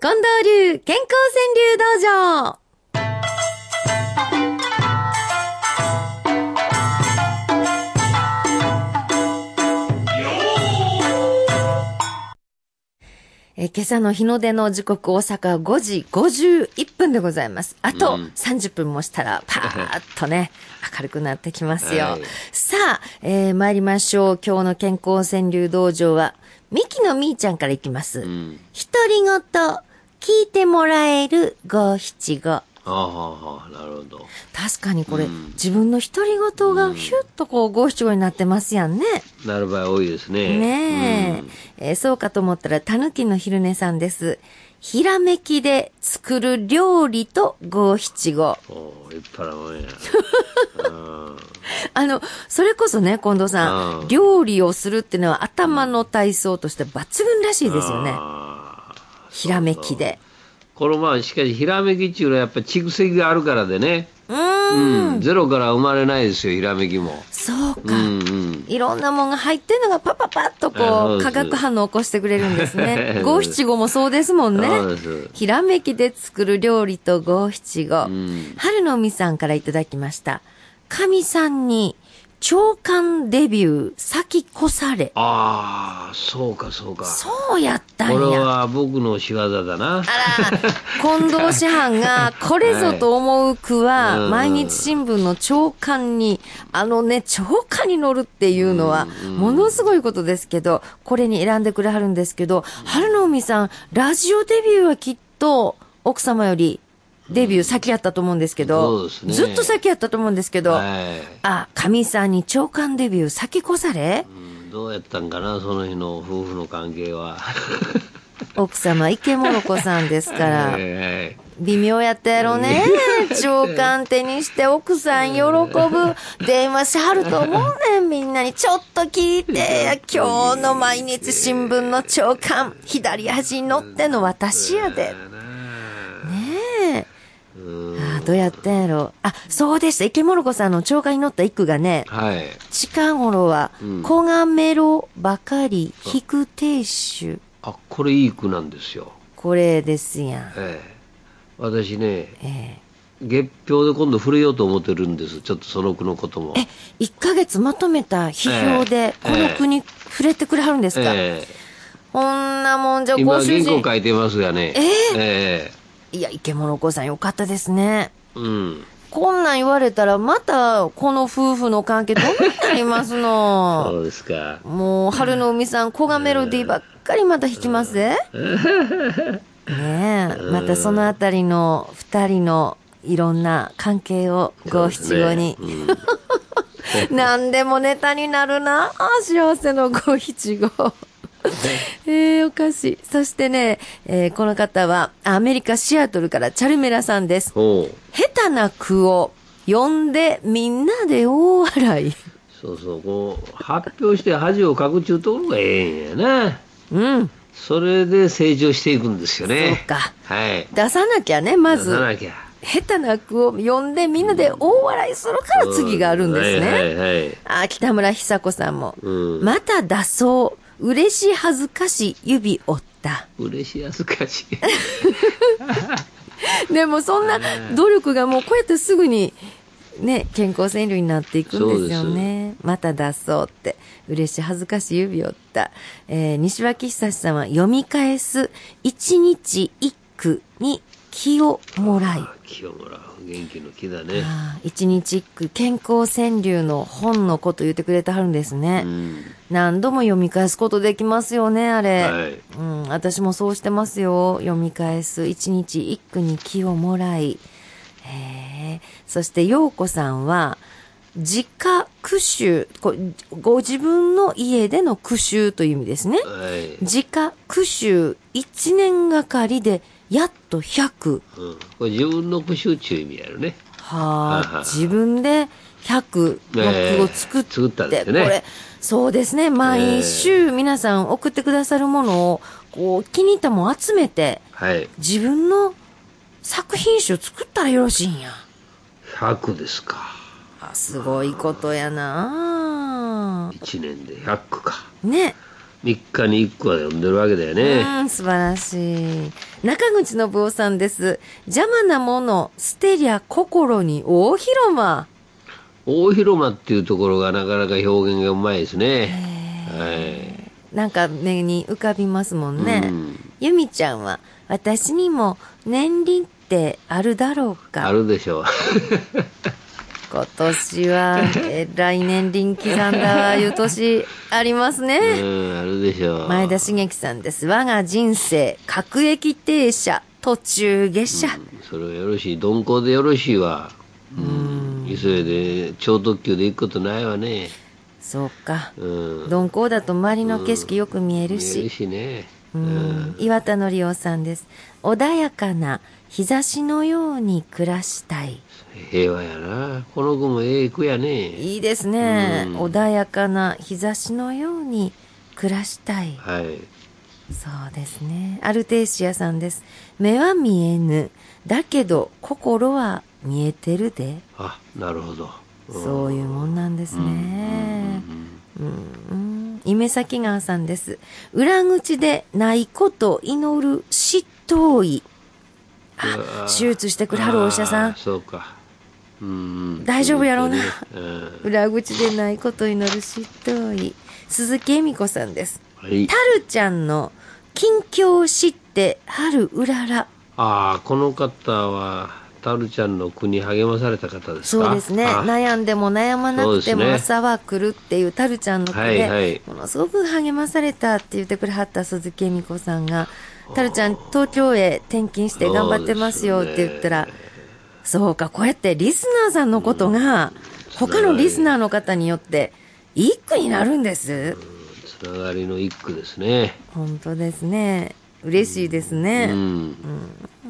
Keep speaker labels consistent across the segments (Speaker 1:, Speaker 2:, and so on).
Speaker 1: 近藤流健康川柳道場えー今朝の日の出の時刻大阪5時51分でございます。あと
Speaker 2: うん
Speaker 1: 30分もしたらパーッと ね、明るくなってきますよ。
Speaker 2: はい
Speaker 1: さあ、えー参りましょう。今日の健康川柳道場は、ミキのみーちゃんからいきます。
Speaker 2: うん。
Speaker 1: 独り言、聞いてもらえる五七五。
Speaker 2: ああ、はあ、なるほど。
Speaker 1: 確かにこれ、
Speaker 2: うん
Speaker 1: 自分の独り言がヒュッとこう五七五になってますやんね。
Speaker 2: なる場合多いですね。
Speaker 1: ねえ、えーそうかと思ったら、たぬきの昼寝さんです。ひらめきで作る料理と五七五。
Speaker 2: うん。おー立派なもんや。うん
Speaker 1: あの、それこそね、近藤さ、
Speaker 2: うんん
Speaker 1: 料理をするっていうのは頭の体操として抜群らしいですよね。
Speaker 2: あー
Speaker 1: ひらめきで。
Speaker 2: このまあ、しかし、ひらめきっていうのはやっぱ蓄積があるからでね。
Speaker 1: うーん、
Speaker 2: うん。ゼロから生まれないですよ、ひらめきも。
Speaker 1: そう
Speaker 2: う
Speaker 1: か。
Speaker 2: んうん。
Speaker 1: いろんなもんが入ってんのがパパパッと
Speaker 2: あ
Speaker 1: こ
Speaker 2: そう
Speaker 1: う、
Speaker 2: です
Speaker 1: 化学反応を起こしてくれるんです ね。五七五もそうですもんね
Speaker 2: そうです。
Speaker 1: ひらめきで作る料理と五七五
Speaker 2: ん。
Speaker 1: 春の海さんからいただきました。神さんに、長官デビュー先越され。
Speaker 2: ああ、そうか、そうか。
Speaker 1: そうやった
Speaker 2: こ
Speaker 1: ん
Speaker 2: れ
Speaker 1: や。
Speaker 2: は僕の仕業だな。
Speaker 1: あら、近藤師範が、これぞと思う句は、
Speaker 2: はいうん
Speaker 1: 毎日新聞の朝刊に、あのね、朝刊に載るっていうのは、ものすごいことですけど、これに選んでくれはるんですけど、春の海さん、ラジオデビューはきっと、奥様より、デビュー先やったと思うんですけ
Speaker 2: そう
Speaker 1: ど、
Speaker 2: ですね
Speaker 1: ずっと先やったと思うんですけど、
Speaker 2: はい。
Speaker 1: あ、神さんに長官デビュー先越され、
Speaker 2: うんどうやったんかな、その日の夫婦の関係は。
Speaker 1: 奥様池もろ子さんですから
Speaker 2: は、いはい
Speaker 1: 微妙やったやろね。長官手にして奥さん喜ぶ。電話しはると思うねん、みんなに。ちょっと聞いてや。今日の毎日新聞の長官。左端に乗ってんの私やで。ねえ。
Speaker 2: うん
Speaker 1: あどうやったんやろ。あ、そうでした。池もろこさんの長官に乗った一句がね、
Speaker 2: はい。
Speaker 1: 近頃は、
Speaker 2: うん
Speaker 1: こがめろばかり、引く亭主。
Speaker 2: あ、これいい句なんですよ。
Speaker 1: これですやん。
Speaker 2: ええ私ね、
Speaker 1: え
Speaker 2: 月票で今度触れようと思ってるんです。ちょっとその句のことも。
Speaker 1: え、1ヶ月まとめた批評で、
Speaker 2: え
Speaker 1: この国触れてくれはるんですか、
Speaker 2: え
Speaker 1: こんなもんじゃ
Speaker 2: え今、
Speaker 1: ご主
Speaker 2: 原
Speaker 1: 人
Speaker 2: 稿。書いてますがね。
Speaker 1: え
Speaker 2: ええ
Speaker 1: いや、池物子さんよかったですね。
Speaker 2: うん。
Speaker 1: こんなん言われたら、また、この夫婦の関係どうなりますの
Speaker 2: そうですか。
Speaker 1: もう、春の海さん、古賀メロディーばっかりまた弾きますぜ。ねえ、またそのあたりの二人のいろんな関係を五七五に。
Speaker 2: そうですね
Speaker 1: 何でもネタになるな。あ幸せの五七五。えー、おかしい。そしてね、えーこの方は、アメリカ・シアトルからチャルメラさんです。
Speaker 2: うんほう
Speaker 1: 下手な句を呼んでみんなで大笑い。
Speaker 2: そうそう、こう、発表して恥をかくっちゅうところがええんやな。
Speaker 1: うん。
Speaker 2: それで成長していくんですよね。
Speaker 1: そうか
Speaker 2: はい。
Speaker 1: 出さなきゃね、ま
Speaker 2: 出さ
Speaker 1: ず。
Speaker 2: なきゃ。
Speaker 1: 下手な句を呼んでみんなで大笑いするから次があるんですね。
Speaker 2: はいはいはい。
Speaker 1: あ、北村久子さんも。
Speaker 2: うん。
Speaker 1: また出そう。嬉しい恥ずかしい指折った。
Speaker 2: 嬉しい恥ずかしい。
Speaker 1: でもそんな努力がもうこうやってすぐに、ね、健康川柳になっていくんですよね。また出そうって。嬉しい、恥ずかしい指折った。えー、西脇久志さんは読み返す、一日一句に気をもらい。
Speaker 2: あ気をもらう。元気の気だね。
Speaker 1: あー一日一句、健康川柳の本のこと言ってくれてはるんですね。
Speaker 2: うん。
Speaker 1: 何度も読み返すことできますよね、あれ。
Speaker 2: はい。
Speaker 1: うん、私もそうしてますよ。読み返す。一日一句に気をもらい。へえ。そして、陽子さんは、自家句集。これご自分の家での句集という意味ですね。
Speaker 2: はい。
Speaker 1: 自家句集。一年がかりで、やっと100。
Speaker 2: うん。これ自分の苦習っちゅう意味やるね。
Speaker 1: はあ
Speaker 2: あ、は
Speaker 1: 自分で100の句を作って、
Speaker 2: ええ作ったんですね
Speaker 1: これ、そうですね、毎週皆さん送ってくださるものを、こう、気に入ったもん集めて、
Speaker 2: はい。
Speaker 1: 自分の作品集を作ったらよろしいんや。
Speaker 2: 100ですか。
Speaker 1: あすごいことやなあ
Speaker 2: 1年で100か。
Speaker 1: ね。
Speaker 2: 3日に1個は読んでるわけだよね。
Speaker 1: うん、素晴らしい。中口信夫さんです。邪魔なもの、捨てりゃ心に大広間。
Speaker 2: 大広間っていうところがなかなか表現がうまいですね。はい。
Speaker 1: なんか目に浮かびますもん
Speaker 2: う
Speaker 1: ね。
Speaker 2: ん
Speaker 1: 由美ちゃんは、私にも年輪ってあるだろう
Speaker 2: あ
Speaker 1: か。
Speaker 2: るでしょう。
Speaker 1: 今年は、えらい年輪刻んだいう年ありますね。
Speaker 2: うん、あるでしょう。
Speaker 1: 前田茂樹さんです。我が人生、各駅停車、途中下車。
Speaker 2: それがよろしい。鈍行でよろしいわ。うん。急いで、超特急で行くことないわね。
Speaker 1: そうか。
Speaker 2: うん。
Speaker 1: 鈍行だと周りの景色よく見える
Speaker 2: 見える
Speaker 1: し。
Speaker 2: しね。
Speaker 1: うん、岩田のりおさんです。穏やかな日差しのように暮らしたい。
Speaker 2: 平和やな。この子もええ子やね。
Speaker 1: いいですね。
Speaker 2: うん
Speaker 1: 穏やかな日差しのように暮らしたい。
Speaker 2: はい。
Speaker 1: そうですね。アルテイシアさんです。目は見えぬ。だけど心は見えてるで。
Speaker 2: あ、なるほど。
Speaker 1: そういうもんなんですね。うん、夢咲川さんです。裏口でないこと祈る執刀医。
Speaker 2: う
Speaker 1: あ
Speaker 2: わ、
Speaker 1: 手術してくれはるお医者さ
Speaker 2: あ
Speaker 1: ん
Speaker 2: ー。そうか。うん。
Speaker 1: 大丈夫やろうな
Speaker 2: そういうことねうん。
Speaker 1: 裏口でないこと祈る執刀医。鈴木恵美子さんです。
Speaker 2: はい
Speaker 1: タ。ルちゃんの近況を知って春うらら。
Speaker 2: ああ、この方は、タルちゃんの国励まされた方ですか
Speaker 1: そうですね。
Speaker 2: あ
Speaker 1: 悩んでも悩まなくて
Speaker 2: そう
Speaker 1: も
Speaker 2: ですね
Speaker 1: 朝は来るっていうタルちゃんの句
Speaker 2: はい
Speaker 1: で、
Speaker 2: はい
Speaker 1: ものすごく励まされたって言ってくれはった鈴木恵美子さんが、タルちゃん東京へ転勤して頑張ってますよって言ったら、そうか、こうやってリスナーさんのことが、他のリスナーの方によって、一句になるんです。
Speaker 2: つながりの一句ですね。
Speaker 1: 本当ですね。嬉しいです
Speaker 2: う
Speaker 1: ね。
Speaker 2: ん。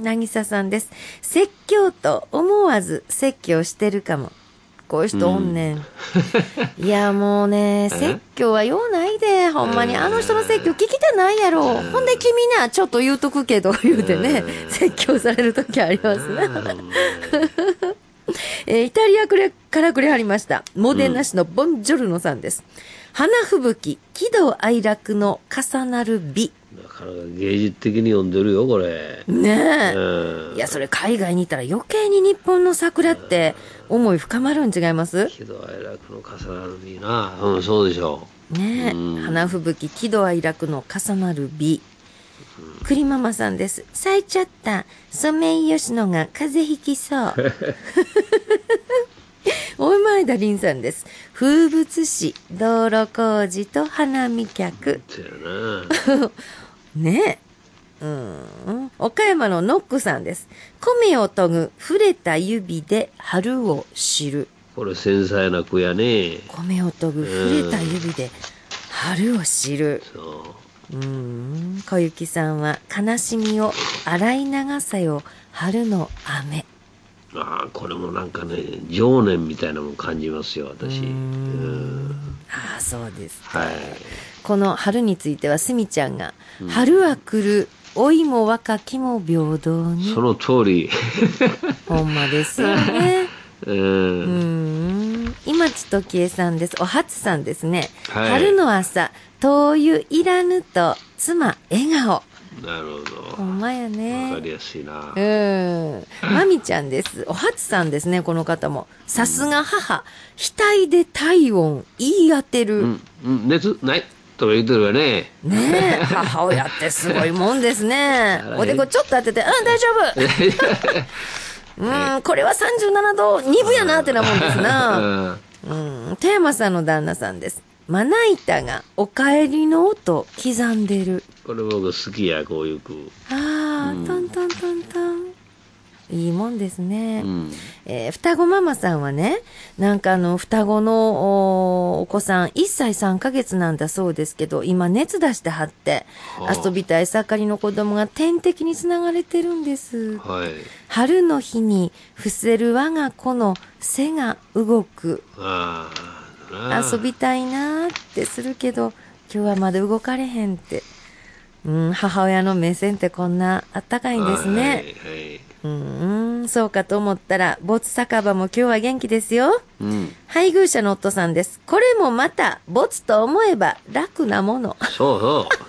Speaker 1: なぎささんです。説教と思わず説教してるかも。こういう人おんねん。いや、もうね、説教は用ないで、ほんまに。あの人の説教聞きたないやろ。ほんで君な、ちょっと言うとくけど、言うてね、説教される時ありますな。えーイタリアくれからくれはりました。モデナ市のボンジョルノさんです。花吹雪、喜怒哀楽の重なる美。
Speaker 2: なかなか芸術的に読んでるよ、これ。
Speaker 1: ねえ。
Speaker 2: うん
Speaker 1: い。や、それ海外にいたら余計に日本の桜って思い深まるん違います
Speaker 2: 喜怒哀楽の重なる美な。うん、そうでしょ
Speaker 1: ね
Speaker 2: うん
Speaker 1: え。花吹雪、喜怒哀楽の重なる美。栗ママさんです。咲いちゃった。ソメイヨシノが風邪ひき そう。大前田凛さんです。風物詩、道路工事と花見客。
Speaker 2: う。そうやな。
Speaker 1: ねえ。うん。岡山のノックさんです。米を研ぐ、触れた指で春を知る。
Speaker 2: これ繊細な句やね。
Speaker 1: 米を研ぐ触れた指で春を知る。
Speaker 2: そう
Speaker 1: ーん。小雪さんは悲しみを洗い流せよ春の雨。
Speaker 2: う。ああ、これもなんかね、情念みたいなのも感じますよ、私。うん。
Speaker 1: ああ、そうです。
Speaker 2: はい。
Speaker 1: この春についてはすみちゃんが、春は来る、老いも若きも平等に
Speaker 2: そ。の通り。
Speaker 1: ほんまですよ ね。
Speaker 2: う
Speaker 1: うー
Speaker 2: ん。
Speaker 1: ん。今地時恵さんです。お初さんですね。
Speaker 2: はい
Speaker 1: 春の朝、灯油いらぬと、妻笑顔。
Speaker 2: なる
Speaker 1: ほ
Speaker 2: ほ
Speaker 1: んまや
Speaker 2: ど。
Speaker 1: ね。
Speaker 2: わかりやすいな
Speaker 1: う。ん。まみちゃんです。おはつさんですね、この方も。さすが母。額で体温、言い当て
Speaker 2: う
Speaker 1: る。
Speaker 2: ん、うん、熱ないとか言ってるよね。
Speaker 1: ねえ、母親ってすごいもんです ね
Speaker 2: はい。
Speaker 1: おでこちょっと当てて、うん、大丈 夫。うん、これは37度、2分やなってなもんですな。
Speaker 2: うん。
Speaker 1: うん、テーマさんの旦那さんです。まな板が、お帰りの音、刻んでる。
Speaker 2: これ僕好きや、こういう句。
Speaker 1: ああ、トントントントン。いいもんですね。
Speaker 2: うん。
Speaker 1: えー双子ママさんはね、なんかあの、双子のおお子さん、1歳3ヶ月なんだそうですけど、今熱出してはって
Speaker 2: はあ、
Speaker 1: 遊びたい盛りの子供が天敵につながれてるんです。
Speaker 2: はい。
Speaker 1: 春の日に伏せる我が子の背が動く。
Speaker 2: ああ。
Speaker 1: 遊びたいなーってするけど、今日はまだ動かれへんって。うん、母親の目線ってこんなあったかいんですね。
Speaker 2: はい、はい。
Speaker 1: うんうんうん、そうかと思ったら、没酒場も今日は元気ですよ。
Speaker 2: うん。
Speaker 1: 配偶者の夫さんです。これもまた、没と思えば楽なもの。
Speaker 2: そうそう。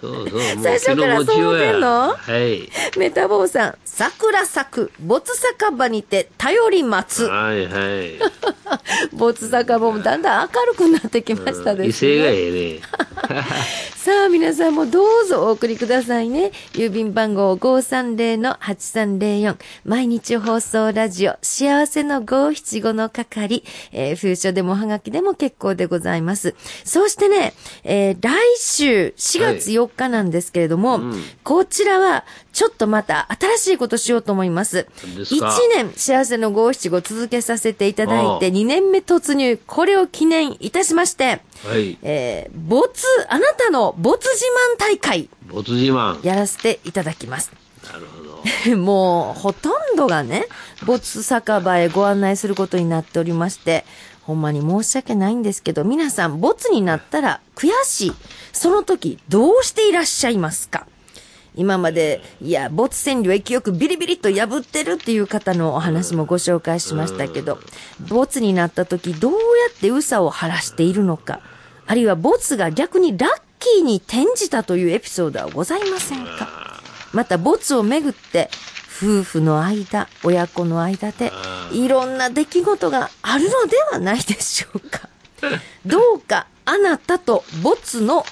Speaker 2: そうそう。もう
Speaker 1: 最初からそう思ってんの
Speaker 2: 手持ちよやはい。
Speaker 1: メタボーさん、桜咲く、没酒場にて頼り待つ。
Speaker 2: はいはい。
Speaker 1: 没酒場もだんだん明るくなってきましたです、ね。
Speaker 2: 威勢がええね。
Speaker 1: さあ皆さんもどうぞお送りくださいね。郵便番号530-8304毎日放送ラジオ幸せの575の係、えー、封書でもおはがきでも結構でございます。そしてね、えー来週4月4日なんですけれども、
Speaker 2: うん
Speaker 1: こちらはちょっとまた新しいことしようと思います。
Speaker 2: 何です
Speaker 1: 1
Speaker 2: か
Speaker 1: 年幸せの575続けさせていただい
Speaker 2: あ
Speaker 1: て
Speaker 2: あ
Speaker 1: 2年目突入、これを記念いたしまして、
Speaker 2: はい。
Speaker 1: えー、ボツ、あなたのボツ自慢大会、
Speaker 2: 没自慢。
Speaker 1: やらせていただきます。
Speaker 2: なるほど。
Speaker 1: もう、ほとんどがね、ボツ酒場へご案内することになっておりまして、ほんまに申し訳ないんですけど、皆さん、ボツになったら悔しい。その時、どうしていらっしゃいますか今まで、いや、ボツ川柳を勢いよくビリビリと破ってるっていう方のお話もご紹介しましたけど、ボツになった時、どうやって憂さを晴らしているのか、あるいはボツが逆にラッキーに転じたというエピソードはございませんかまた、ボツをめぐって、夫婦の間、親子の間で、いろんな出来事があるのではないでしょうか。どうか、あなたとボツの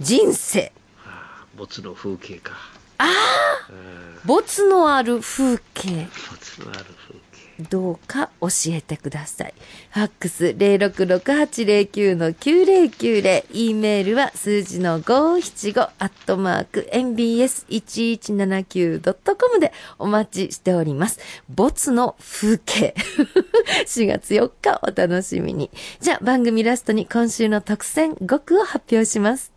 Speaker 1: 人生、
Speaker 2: 没の風景か。
Speaker 1: ボツのある風景、
Speaker 2: 没のある風景。
Speaker 1: どうか教えてください。ファックス066809-9090。e メールは数字の575アットマーク mbs1179.com でお待ちしております。ボツの風景。4月4日お楽しみに。じゃあ番組ラストに今週の特選5句を発表します。